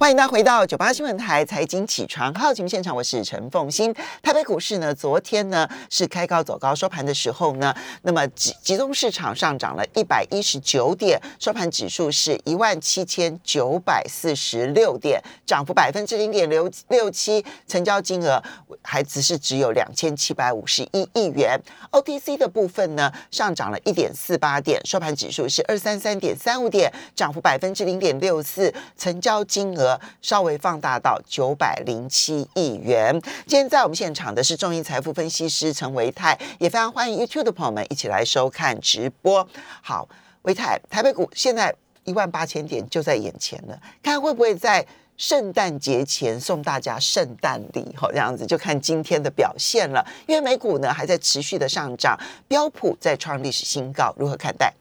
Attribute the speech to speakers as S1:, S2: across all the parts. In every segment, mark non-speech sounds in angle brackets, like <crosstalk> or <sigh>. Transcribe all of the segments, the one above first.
S1: 欢迎大家回到九八新闻台财经起床号节目现场，我是陈凤欣。台北股市呢，昨天呢是开高走高，收盘的时候呢，那么集集中市场上涨了一百一十九点，收盘指数是一万七千九百四十六点，涨幅百分之零点六六七，成交金额还只是只有两千七百五十一亿元。OTC 的部分呢，上涨了一点四八点，收盘指数是二三三点三五点，涨幅百分之零点六四，成交金额。稍微放大到九百零七亿元。今天在我们现场的是中银财富分析师陈维泰，也非常欢迎 YouTube 的朋友们一起来收看直播。好，维泰，台北股现在一万八千点就在眼前了，看会不会在圣诞节前送大家圣诞礼，好这样子就看今天的表现了。因为美股呢还在持续的上涨，标普在创历史新高，如何看待？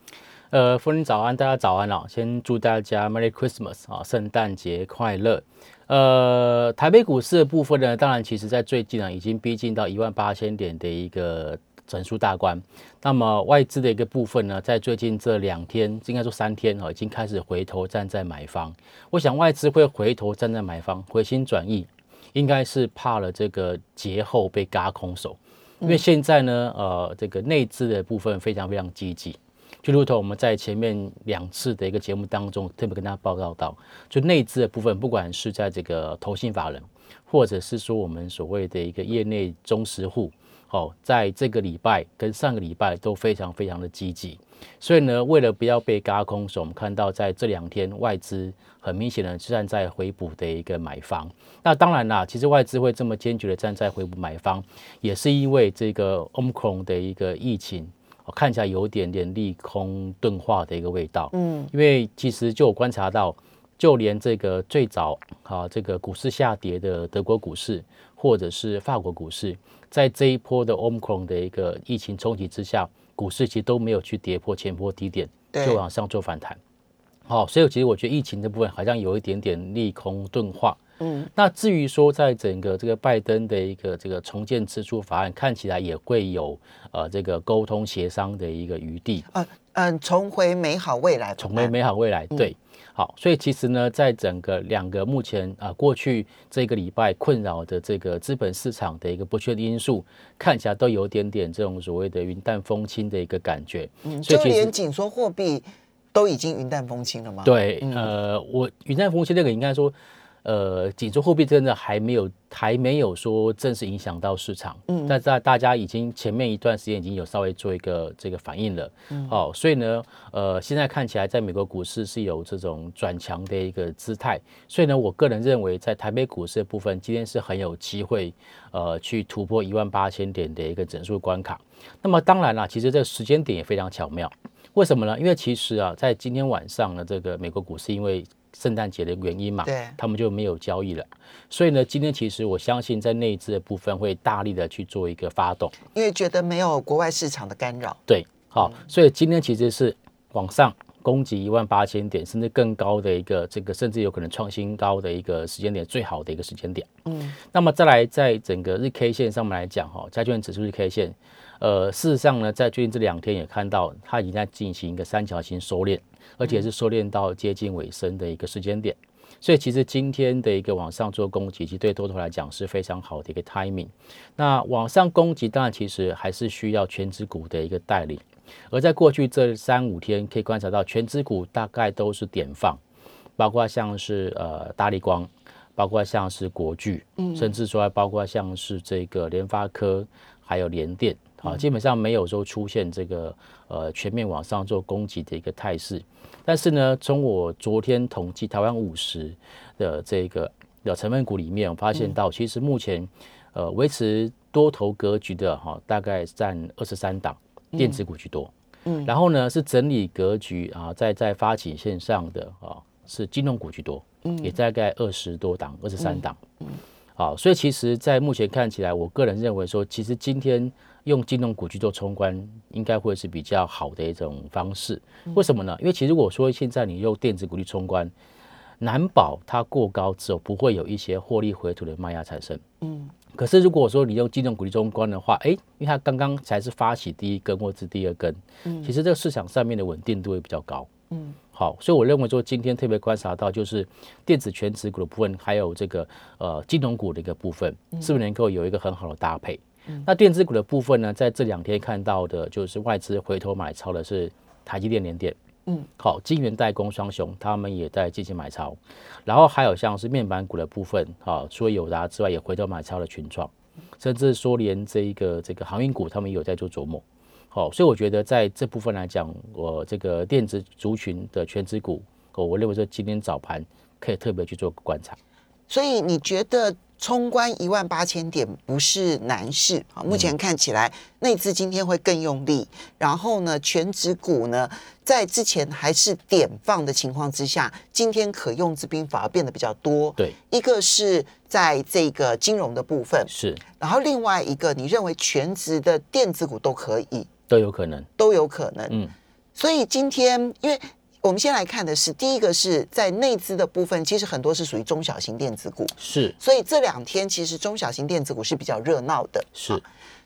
S2: 呃，夫人早安，大家早安哦！先祝大家 Merry Christmas 啊、圣诞节快乐。呃，台北股市的部分呢，当然其实在最近呢，啊已经逼近到一万八千点的一个整数大关。那么外资的一个部分呢，在最近这两天，应该说三天哦，已经开始回头站在买方。我想外资会回头站在买方，回心转意，应该是怕了这个节后被嘎空手，因为现在呢，呃，这个内资的部分非常非常积极。就如同我们在前面两次的一个节目当中，特别跟大家报告到，就内资的部分，不管是在这个投信法人，或者是说我们所谓的一个业内中实户，哦，在这个礼拜跟上个礼拜都非常非常的积极。所以呢，为了不要被嘎空，所以我们看到在这两天外资很明显的站在回补的一个买方。那当然啦，其实外资会这么坚决的站在回补买方，也是因为这个 Omicron 的一个疫情。看起来有点点利空钝化的一个味道，嗯，因为其实就我观察到，就连这个最早啊这个股市下跌的德国股市或者是法国股市，在这一波的 Omicron 的一个疫情冲击之下，股市其实都没有去跌破前波低点，就啊往上做反弹。好、哦，所以其实我觉得疫情的部分好像有一点点利空钝化。嗯，那至于说在整个这个拜登的一个这个重建支出法案，看起来也会有呃这个沟通协商的一个余地，
S1: 呃嗯，重回美好嗯未来，
S2: 重回美好未来。对，好，所以其实呢，在整个两个目前啊、呃、过去这个礼拜困扰的这个资本市场的一个不确定因素，看起来都有点点这种所谓的云淡风轻的一个感觉。
S1: 嗯，
S2: 所
S1: 就
S2: 以其实
S1: 连紧缩货币都已经云淡风轻了吗？，
S2: 对，呃，我云淡风轻那个应该说，呃，紧缩货币真的还没有还没有说正式影响到市场，嗯，但是大大家已经前面一段时间已经有稍微做一个这个反应了，嗯，哦，所以呢，呃，现在看起来在美国股市是有这种转强的一个姿态，所以呢，我个人认为在台北股市的部分，今天是很有机会，呃，去突破一万八千点的一个整数关卡。那么当然啦，其实这个时间点也非常巧妙。为什么呢？因为其实啊，在今天晚上呢，这个美国股市因为圣诞节的原因嘛，
S1: 对
S2: 他们就没有交易了。所以呢，今天其实我相信在内资的部分会大力的去做一个发动，
S1: 因为觉得没有国外市场的干扰。
S2: 对，好、所以今天其实是往上攻击一万八千点，甚至更高的一个这个，甚至有可能创新高的一个时间点，最好的一个时间点。嗯，那么再来，在整个日 K 线上面来讲，哈、加权指数日 K 线，呃，事实上呢，在最近这两天也看到它已经在进行一个三角形收敛，而且是收敛到接近尾声的一个时间点。所以其实今天的一个往上做攻击，其实对多头来讲是非常好的一个 timing。那往上攻击，当然其实还是需要全指股的一个带领。而在过去这三五天，可以观察到全指股大概都是点放，包括像是呃大力光，包括像是国巨，甚至说还包括像是这个联发科，还有联电。啊，基本上没有说出现这个呃全面往上做攻击的一个态势，但是呢，从我昨天统计台湾五十的这个的成分股里面，我发现到其实目前呃维持多头格局的哈、大概占二十三档，电子股居多。嗯，然后呢是整理格局啊，在在发起线上的啊是金融股居多，嗯，也大概二十多档，二十三档。好，所以其实，在目前看起来，我个人认为说，其实今天用金融股去做冲关，应该会是比较好的一种方式。为什么呢？因为其实我说现在你用电子股去冲关，难保它过高之后不会有一些获利回吐的卖压产生。可是如果说你用金融股利中观的话，诶，因为它刚刚才是发起第一根或是第二根，其实这个市场上面的稳定度会比较高。嗯，好，所以我认为说今天特别观察到就是电子全指股的部分，还有这个呃金融股的一个部分，是不是能够有一个很好的搭配？那电子股的部分呢，在这两天看到的就是外资回头买超的是台积电、联电。嗯，好，晶圆代工双雄他们也在进行买超，然后还有像是面板股的部分，啊，除了友达之外，也回头买超了群创，甚至说连这一个这个航运股他们也有在做琢磨。好，所以我觉得在这部分来讲，我这个电子族群的全指股，哦我认为说今天早盘可以特别去做观察。
S1: 所以你觉得冲关一万八千点不是难事
S2: 嗯
S1: 啊？目前看起来内资今天会更用力，然后呢，全指股呢在之前还是点放的情况之下，今天可用之兵反而变得比较多。
S2: 对，
S1: 一个是在这个金融的部分，
S2: 是
S1: 然后另外一个你认为全职的电子股都可以，
S2: 都有可能。
S1: 都有可能。
S2: 嗯，
S1: 所以今天，因为我们先来看的是第一个是在内资的部分，其实很多是属于中小型电子股，
S2: 是
S1: 所以这两天其实中小型电子股是比较热闹的。
S2: 是，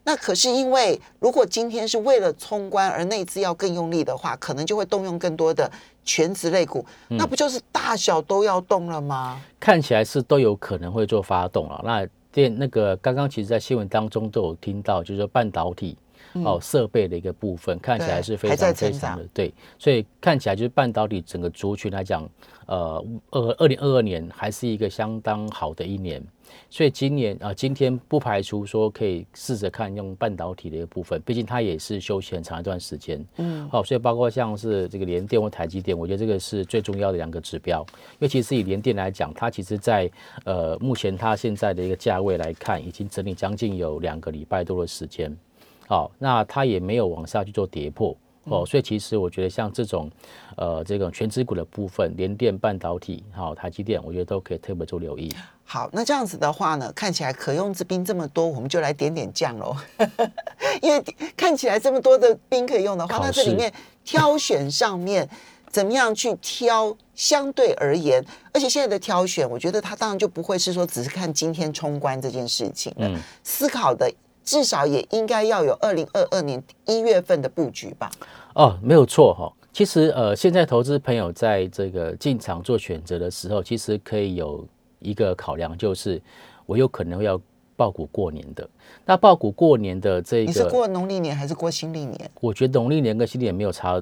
S1: 那可是因为如果今天是为了冲关而内资要更用力的话，可能就会动用更多的全职类股，那不就是大小都要动了吗？
S2: 看起来是都有可能会做发动了。那电那个刚刚其实，在新闻当中都有听到，就是说半导体。哦，设备的一个部分看起来
S1: 嗯对
S2: 是非
S1: 还在
S2: 常非
S1: 成
S2: 常
S1: 长
S2: 的对，所以看起来就是半导体整个族群来讲，呃，二二零二二年还是一个相当好的一年，所以今年啊、呃今天不排除说可以试着看用半导体的一个部分，毕竟它也是休息很长一段时间，嗯，好、所以包括像是这个联电或台积电，我觉得这个是最重要的两个指标，尤其是以联电来讲，它其实在呃目前它现在的一个价位来看，已经整理将近有两个礼拜多的时间。好、那它也没有往下去做跌破。
S1: 嗯
S2: 哦，所以其实我觉得像这种，呃，这种全指股的部分，联电、半导体、好、台积电，我觉得都可以特别做留意。
S1: 好，那这样子的话呢，看起来可用之兵这么多，我们就来点点酱喽。 <laughs> 因为看起来这么多的兵可以用的话，
S2: 考
S1: 那这里
S2: 试
S1: 面挑选上面怎么样去挑，相对而言，而且现在的挑选，我觉得它当然就不会是说只是看今天冲关这件事情了，
S2: 嗯
S1: 思考的至少也应该要有二零二二年一月份的布局吧。
S2: 哦，没有错哈、其实呃，现在投资朋友在这个进场做选择的时候，其实可以有一个考量，就是我有可能要报股过年的。那报股过年的这
S1: 你是
S2: 个，
S1: 过农历年还是过新历年？
S2: 我觉得农历年跟新历年没有差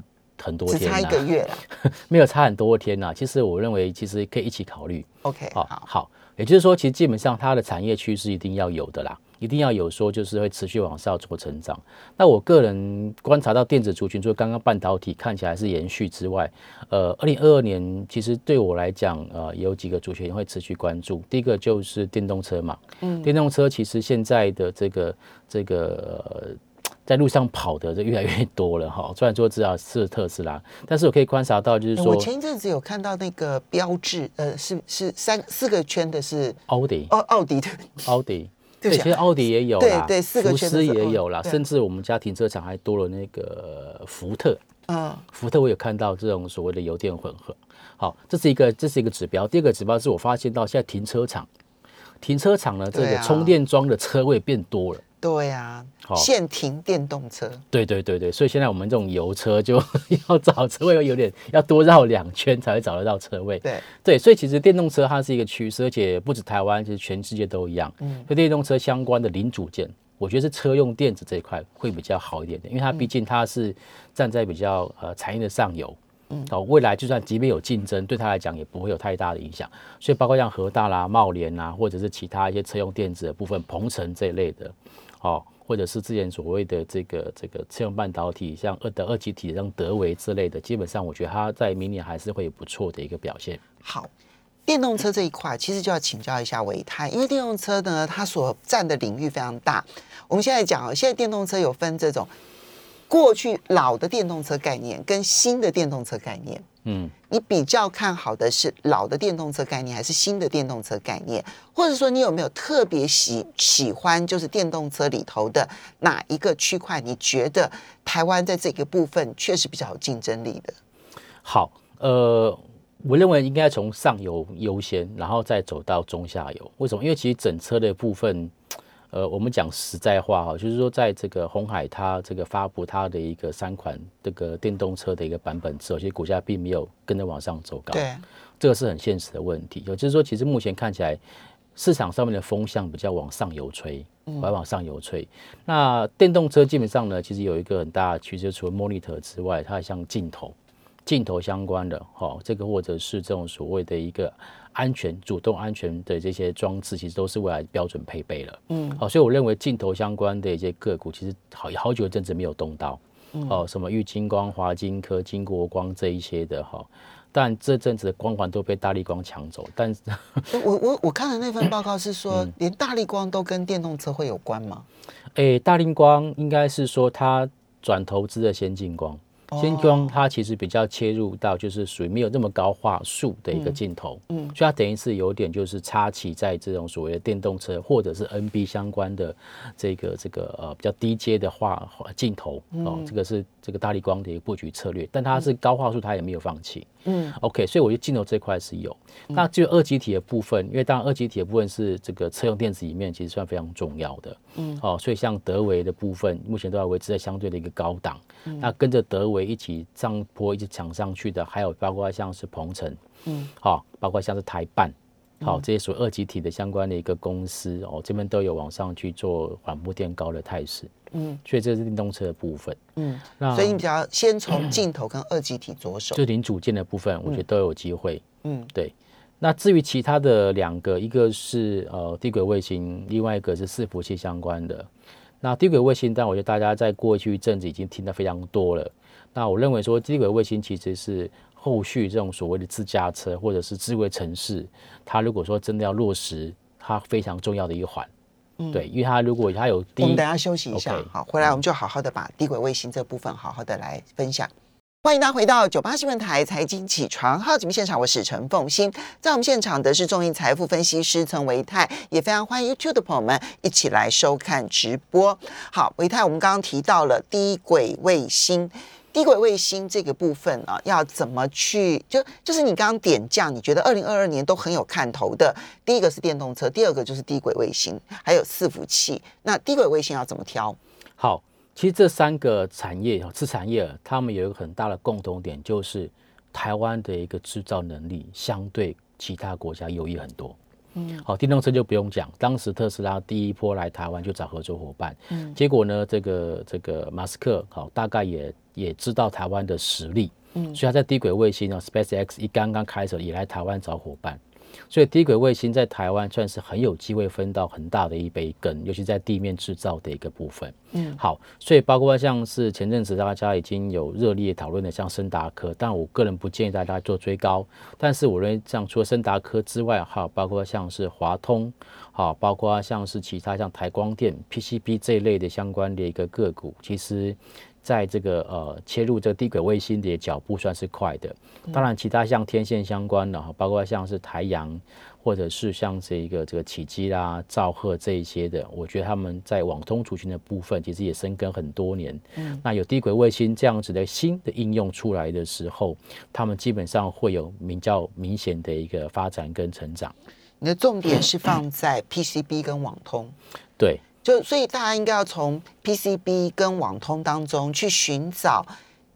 S2: 很多
S1: 只
S2: 天、
S1: 差
S2: 啊，
S1: 一个月了。
S2: 没有差很多天呐、其实我认为其实可以一起考虑。
S1: OK，
S2: 好
S1: 好，
S2: 好，也就是说，其实基本上它的产业趋势一定要有的啦，一定要有说就是会持续往上做成长。那我个人观察到电子族群，就刚刚半导体看起来是延续之外，呃，二零二二年其实对我来讲，呃，有几个族群会持续关注。第一个就是电动车嘛，嗯，电动车其实现在的这个这个。呃在路上跑的就越来越多了哈，虽然说知道是特斯拉，但是我可以观察到，就是
S1: 欸
S2: 说
S1: 我前一阵子有看到那个标志，呃，是是三四个圈的是
S2: 奥迪，
S1: 奥奥迪的， <laughs>
S2: 奥迪。
S1: 对
S2: 对，
S1: 不
S2: 其
S1: 起啊
S2: 实奥迪也有
S1: 对
S2: 啦，
S1: 对四个
S2: 福
S1: 圈的
S2: 斯
S1: 是
S2: 也
S1: 嗯
S2: 有啦，
S1: 对
S2: 甚至我们家停车场还多了那个呃福特，
S1: 嗯，
S2: 福特我有看到这种所谓的油电混合。好，这是一个这是一个指标。第二个指标是我发现到现在停车场，停车场呢这
S1: 对
S2: 个
S1: 啊
S2: 充电桩的车位变多了。
S1: 对呀、
S2: 好
S1: 限停电动车，
S2: 对对对对，所以现在我们这种油车就 <laughs> 要找车位有点要多绕两圈才会找得到车位。
S1: 对，
S2: 对，所以其实电动车它是一个趋势，而且不止台湾，其实全世界都一样。嗯，所以电动车相关的零组件，我觉得是车用电子这一块会比较好一点点，因为它毕竟它是站在比较呃产业的上游。嗯，哦，未来就算即便有竞争，对它来讲也不会有太大的影响。所以包括像和大啦、茂联啦，或者是其他一些车用电子的部分，鹏程这一类的，哦，或者是之前所谓的这个这个车用半导体，像二的二极体，像德维之类的，基本上我觉得它在明年还是会有不错的一个表现。
S1: 好。电动车这一块，其实就要请教一下维泰，因为电动车呢，它所占的领域非常大。我们现在讲哦，现在电动车有分这种过去老的电动车概念跟新的电动车概念。
S2: 嗯，
S1: 你比较看好的是老的电动车概念，还是新的电动车概念？或者说，你有没有特别喜喜欢就是电动车里头的哪一个区块？你觉得台湾在这个部分确实比较有竞争力的？
S2: 好，呃，我认为应该从上游优先，然后再走到中下游。为什么？因为其实整车的部分，呃，我们讲实在话哈，就是说在这个红海它这个发布它的一个三款这个电动车的一个版本之后，其实股价并没有跟着往上走高，
S1: 对，
S2: 这个是很现实的问题。也就是说，其实目前看起来市场上面的风向比较往上游吹，还往上游吹。那电动车基本上呢，其实有一个很大的趋势，除了 monitor 之外，它还像镜头。镜头相关的，哦，这个或者是这种所谓的一个安全、主动安全的这些装置，其实都是未来标准配备了。嗯，好、所以我认为镜头相关的一些个股，其实好好久一阵子没有动到。哦，什么玉金光、华金科、金国光这一些的哈、但这阵子的光环都被大力光抢走，但是
S1: 我我我看的那
S2: 嗯
S1: 份报告是说，连大力光都跟电动车会有关吗？
S2: 诶，大力光应该是说它转投资的先进光，先进光它其实比较切入到就是属于没有那么高画素的一个镜头，嗯，所以它等于是有点就是插旗在这种所谓的电动车或者是 NB 相关的这个这个呃比较低阶的画画镜头哦，这个是这个大力光的一个布局策略，但它是高画素，它也没有放弃，嗯，OK，所以嗯我觉得镜头这块是有。那至于二极体的部分，因为当然二极体的部分是这个车用电子里面其实算非常重要的，嗯，哦，所以像德维的部分，目前都还维持在相对的一个高档。那跟着德维一起上坡，一直抢上去的，还有包括像是鹏程，嗯，好、包括像是台办。好、这些所谓二级体的相关的一个公司哦，这边都有往上去做缓步垫高的态势，嗯，所以这是电动车的部分，嗯，那
S1: 所以你比较先从镜头跟二极体着手。
S2: 就零组件的部分，我觉得都有机会。嗯，对。那至于其他的两个，一个是呃低轨卫星，另外一个是伺服器相关的。那低轨卫星，但我觉得大家在过去一阵子已经听得非常多了。那我认为说，低轨卫星其实是后续这种所谓的自驾车或者是智慧城市，它如果说真的要落实，它非常重要的一环。对，因为它如果它有
S1: 嗯
S2: 低
S1: 我们等一下休息一下
S2: OK，
S1: 好，回来我们就好好的把低轨卫星这部分好好的来分享。欢迎大家回到九八新闻台财经起床号节目现场，我是陈凤欣。在我们现场的是众银财富分析师陈维泰，也非常欢迎 YouTube 的朋友们一起来收看直播。好，维泰，我们刚刚提到了低轨卫星，低轨卫星这个部分啊，要怎么去？就就是你刚刚点将，你觉得二零二二年都很有看头的，第一个是电动车，第二个就是低轨卫星，还有伺服器。那低轨卫星要怎么挑？
S2: 好，其实这三个产业哦，次产业，他们有一个很大的共同点，就是台湾的一个制造能力相对其他国家优异很多。嗯，好，电动车就不用讲，当时特斯拉第一波来台湾就找合作伙伴，嗯，结果呢，这个这个马斯克好，大概也也知道台湾的实力，嗯，所以他在低轨卫星呢，SpaceX 一刚刚开始也来台湾找伙伴，所以低轨卫星在台湾算是很有机会分到很大的一杯羹，尤其在地面制造的一个部分。嗯，好，所以包括像是前阵子大家已经有热烈讨论的，像森达科，但我个人不建议大家做追高，但是我认为像除了森达科之外，还有包括像是华通，好，包括像是其他像台光电、PCB 这一类的相关的一个个股，其实。在这个呃切入这个低轨卫星的脚步算是快的，当然其他像天线相关的哈，包括像是台阳或者是像这一个这个启基啦、兆赫这一些的，我觉得他们在网通族群的部分其实也深耕很多年。那有低轨卫星这样子的新的应用出来的时候，他们基本上会有比较明显的一个发展跟成长。
S1: 你的重点是放在 PCB 跟网通，
S2: 对，
S1: 就所以大家应该要从 PCB 跟网通当中去寻找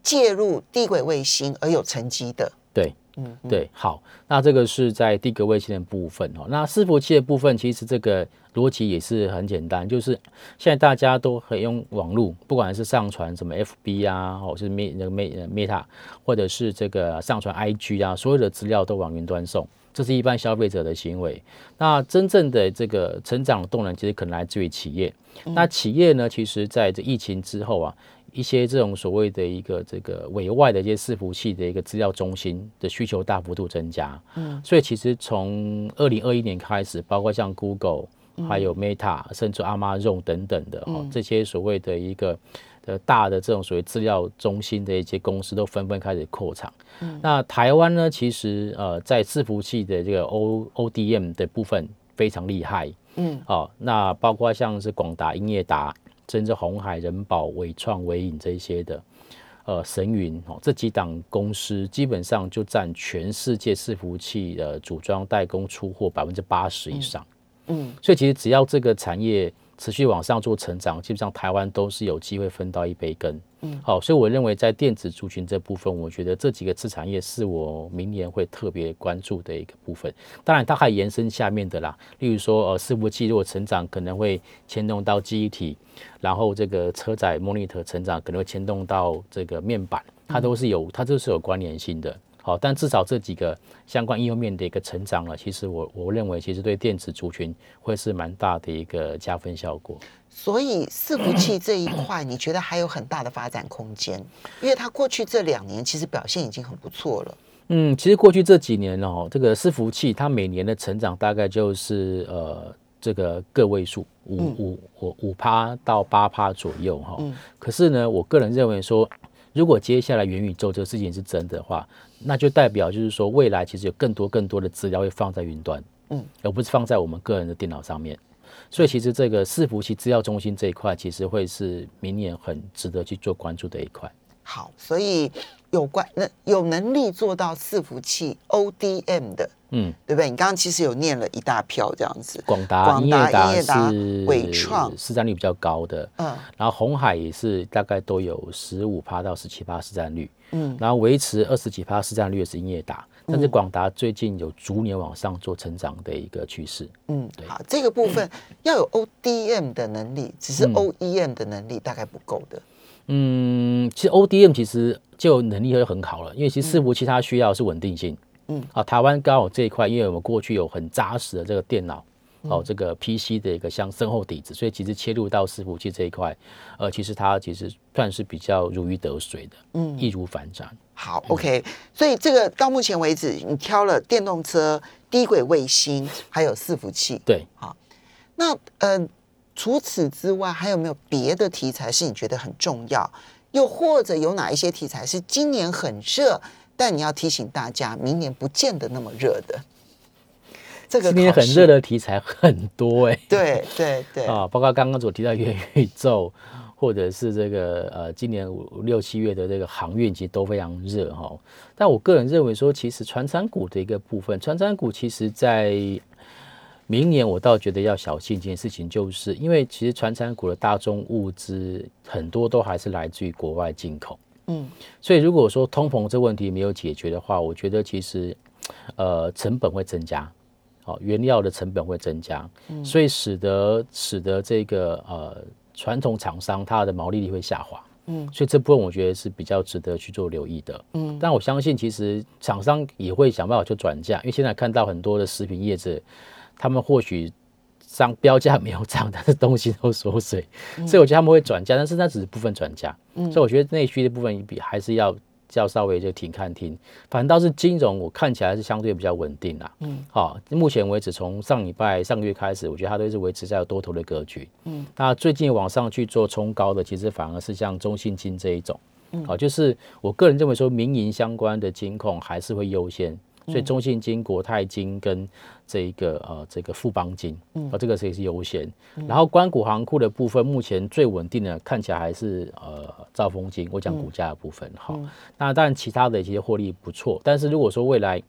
S1: 介入低轨卫星而有成绩的。
S2: 对，嗯，对，好，那这个是在第一个卫星的部分哦。那伺服器的部分，其实这个逻辑也是很简单，就是现在大家都很用网络，不管是上传什么 FB 啊，或是 Meta 那个 Me- 呃 Meta，或者是这个上传 IG 啊，所有的资料都往云端送。这是一般消费者的行为。那真正的这个成长动能，其实可能来自于企业。那企业呢，其实在这疫情之后啊，一些这种所谓的一个这个委外的一些伺服器的一个资料中心的需求大幅度增加。嗯，所以其实从二零二一年开始，包括像 Google。还有 Meta，甚至 Amazon 等等的哈、哦，这些所谓的一个呃大的这种所谓资料中心的一些公司都纷纷开始扩厂。那台湾呢，其实呃在伺服器的这个 O O D M 的部分非常厉害，嗯，哦，那包括像是广达、英业达，甚至红海、人保、伟创、伟影这一些的。呃，神云哦，这几档公司基本上就占全世界伺服器
S1: 嗯
S2: 的组装代工出货百分之八十以上。所以其实只要这个产业持续往上做成长，基本上台湾都是有机会分到一杯羹。嗯，好，所以我认为在电子族群这部分，我觉得这几个次产业是我明年会特别关注的一个部分。当然，它还延伸下面的啦，例如说呃，伺服器如果成长，可能会牵动到记忆体，然后这个车载 monitor 成长，可能会牵动到这个面板，它都是有它都是有关联性的。好，但至少这几个相关应用面的一个成长了，其实我我认为其实对电子族群会是蛮大的一个加分效果。
S1: 所以伺服器这一块，你觉得还有很大的发展空间？因为它过去这两年其实表现已经很不错了。
S2: 嗯，其实过去这几年哦，这个伺服器它每年的成长大概就是呃这个个位数，五五五五趴到八趴左右哈、可是呢，我个人认为说，如果接下来元宇宙这个事情是真的话，那就代表就是说未来其实有更多更多的资料会放在云端，
S1: 嗯，
S2: 而不是放在我们个人的电脑上面。所以其实这个伺服器资料中心这一块，其实会是明年很值得去做关注的一块。
S1: 好，所以有关那有能力做到伺服器 ODM 的，
S2: 嗯，
S1: 对不对？你刚刚其实有念了一大票这样子，
S2: 广达、
S1: 广
S2: 英
S1: 达
S2: 业达
S1: 英业达
S2: 是
S1: 伟创
S2: 市占率比较高的，
S1: 嗯
S2: 然后红海也是大概都有十五趴到十七趴市占率，
S1: 嗯，
S2: 然后维持二十几趴市占率的是英业达，但是广达最近有逐年往上做成长的一个趋势。
S1: 嗯，
S2: 对
S1: 好，这个部分要有 ODM 的能力，只是
S2: 嗯
S1: OEM 的能力大概不够的。
S2: 嗯，其实 ODM 其实就能力就很好了，因为其实伺服器它需要的是稳定性。
S1: 嗯，
S2: 啊，台湾刚好这一块，因为我们过去有很扎实的这个电脑。
S1: 嗯
S2: 哦，这个 PC 的一个像深厚底子，所以其实切入到伺服器这一块，呃，其实它其实算是比较如鱼得水的，嗯，易如反掌。
S1: 好，OK，所以这个到目前为止，你挑了电动车、低轨卫星，还有伺服器。
S2: 对，
S1: 那呃，除此之外，还有没有别的题材是你觉得很重要？又或者有哪一些题材是今年很热，但你要提醒大家，明年不见得那么热的？这个
S2: 今天
S1: 考
S2: 很
S1: 试
S2: 热，的题材很多哎、
S1: 对对对，
S2: 啊，包括刚刚所提到的元宇宙， <laughs> 或者是这个呃，今年五六七月的这个航运，其实都非常热哈、但我个人认为说，其实传产股的一个部分，传产股其实在明年，我倒觉得要小心一件事情，就是因为其实传产股的大宗物资很多都还是来自于国外进口。
S1: 嗯
S2: 所以如果说通膨这问题没有解决的话，我觉得其实呃成本会增加，好、原料的成本会增加，所以使得使得这个呃传统厂商它的毛利率会下滑。
S1: 嗯，
S2: 所以这部分我觉得是比较值得去做留意的。嗯，但我相信其实厂商也会想办法去转嫁，因为现在看到很多的食品业者，他们或许商标价没有涨，但是东西都缩水，所以我觉得他们会转嫁，但是那只是部分转嫁。所以我觉得内需的部分比还是要要稍微就停看停，反倒是金融我看起来是相对比较稳定啦。嗯，好、目前为止从上礼拜上个月开始，我觉得它都是维持在有多头的格局。嗯，那最近往上去做冲高的，其实反而是像中信金这一种。好、就是我个人认为说民营相关的金控还是会优先。所以中信金、国泰金跟这一个呃这个富邦金，嗯，这个谁是优先？然后关谷行库的部分，目前最稳定的看起来还是呃兆丰金，我讲股价的部分好。那当然其他的一些获利不错，但是如果说未来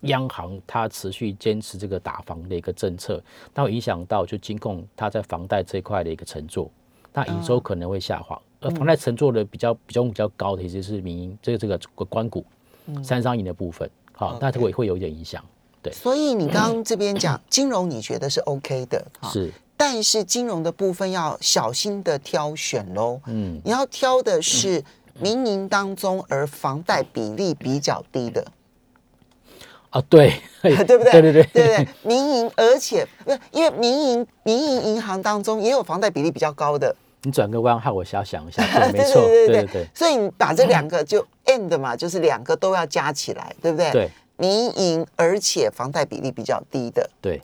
S2: 央行它持续坚持这个打房的一个政策，它会影响到就金控它在房贷这一块的一个乘坐，那营收可能会下滑。而房贷乘坐的比较比重比较高的其实是民营这个这个这个关谷、三商银的部分，好，那这个也会有一点影响。
S1: 所以你刚刚这边讲金融，你觉得是 OK 的，哈
S2: 是，
S1: 但是金融的部分要小心的挑选喽。
S2: 嗯，
S1: 你要挑的是民营当中而房贷比例比较低的，
S2: 啊，对，
S1: <laughs> 对不对？
S2: 对对对 <laughs>
S1: 对不对，民营，而且不是因为民营民营银行当中也有房贷比例比较高的，
S2: 你转个弯，害我瞎想一下，对，没
S1: <laughs>
S2: 错，
S1: 对
S2: 对
S1: 对
S2: 对，。
S1: 所以你把这两个就 and 嘛，就是两个都要加起来，对不对？
S2: 对，
S1: 民营而且房贷比例比较低的，
S2: 对，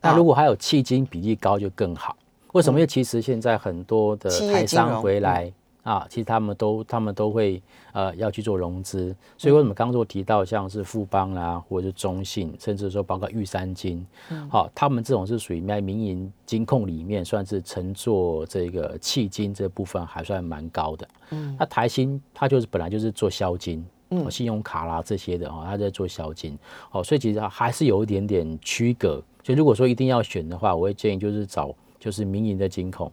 S1: 啊
S2: 那如果还有迄金比例高就更好。为什么？因为其实现在很多
S1: 嗯
S2: 的
S1: 企业
S2: 台
S1: 金融嗯
S2: 商回来啊，其实他们都他们都会呃要去做融资，所以为什么刚刚说提到像是富邦啦、或者是中信，甚至说包括玉山金，
S1: 嗯
S2: 好、他们这种是属于在民营金控里面算是乘坐这个迄金这部分还算蛮高的。嗯，那台新它就是本来就是做销金。
S1: 嗯
S2: 哦信用卡啦这些的哦，它在做销金，哦，所以其实还是有一点点区隔。所以如果说一定要选的话，我会建议就是找就是民营的金控，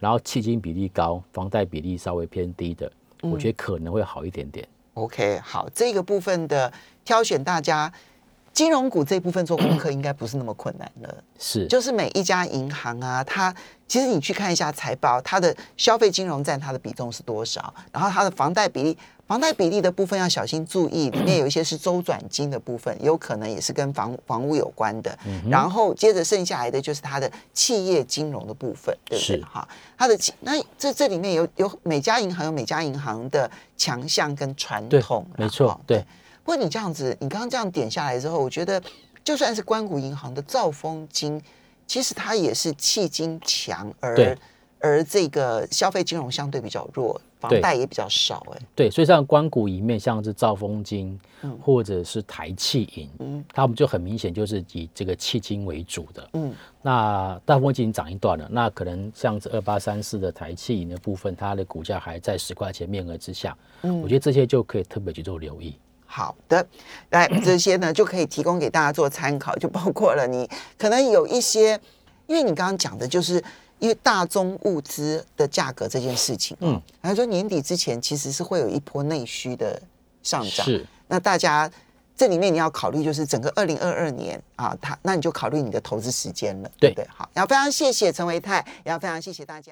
S2: 然后迄金比例高，房贷比例稍微偏低的，我觉得
S1: 嗯
S2: 可能会好一点点。
S1: OK，好，这个部分的挑选，大家金融股这部分做功课应该不是那么困难了。
S2: 是，
S1: 就是每一家银行啊，它其实你去看一下财报，它的消费金融占它的比重是多少，然后它的房贷比例，房贷比例的部分要小心注意，里面有一些是周转金的部分，有可能也是跟房房屋有关的。
S2: 嗯
S1: 然后接着剩下来的就是它的企业金融的部分，对不对
S2: 是？
S1: 哈，它的企那这这里面有有每家银行有每家银行的强项跟传
S2: 对
S1: 统啦，
S2: 没错
S1: 哈
S2: 对。
S1: 不过你这样子，你刚刚这样点下来之后，我觉得就算是关谷银行的兆丰金，其实它也是迄金强，而
S2: 对
S1: 而这个消费金融相对比较弱，房
S2: 对
S1: 贷也比较少、哎，
S2: 对，所以像关谷里面，像是兆丰金、
S1: 嗯
S2: 或者是台气银，他们就很明显就是以这个气金为主的。
S1: 嗯，
S2: 那大丰金涨一段了，那可能像是二八三四的台气银的部分，它的股价还在十块钱面额之下，
S1: 嗯
S2: 我觉得这些就可以特别去做留意。
S1: 好的，来这些呢就可以提供给大家做参考，就包括了你可能有一些，因为你刚刚讲的就是因为大宗物资的价格这件事情，嗯
S2: 嗯，
S1: 他说年底之前其实是会有一波内需的上涨，
S2: 是
S1: 那大家这里面你要考虑就是整个二零二二年啊，它那你就考虑你的投资时间了，对
S2: 对
S1: 不对？好，然后非常谢谢陈维泰，然后非常谢谢大家。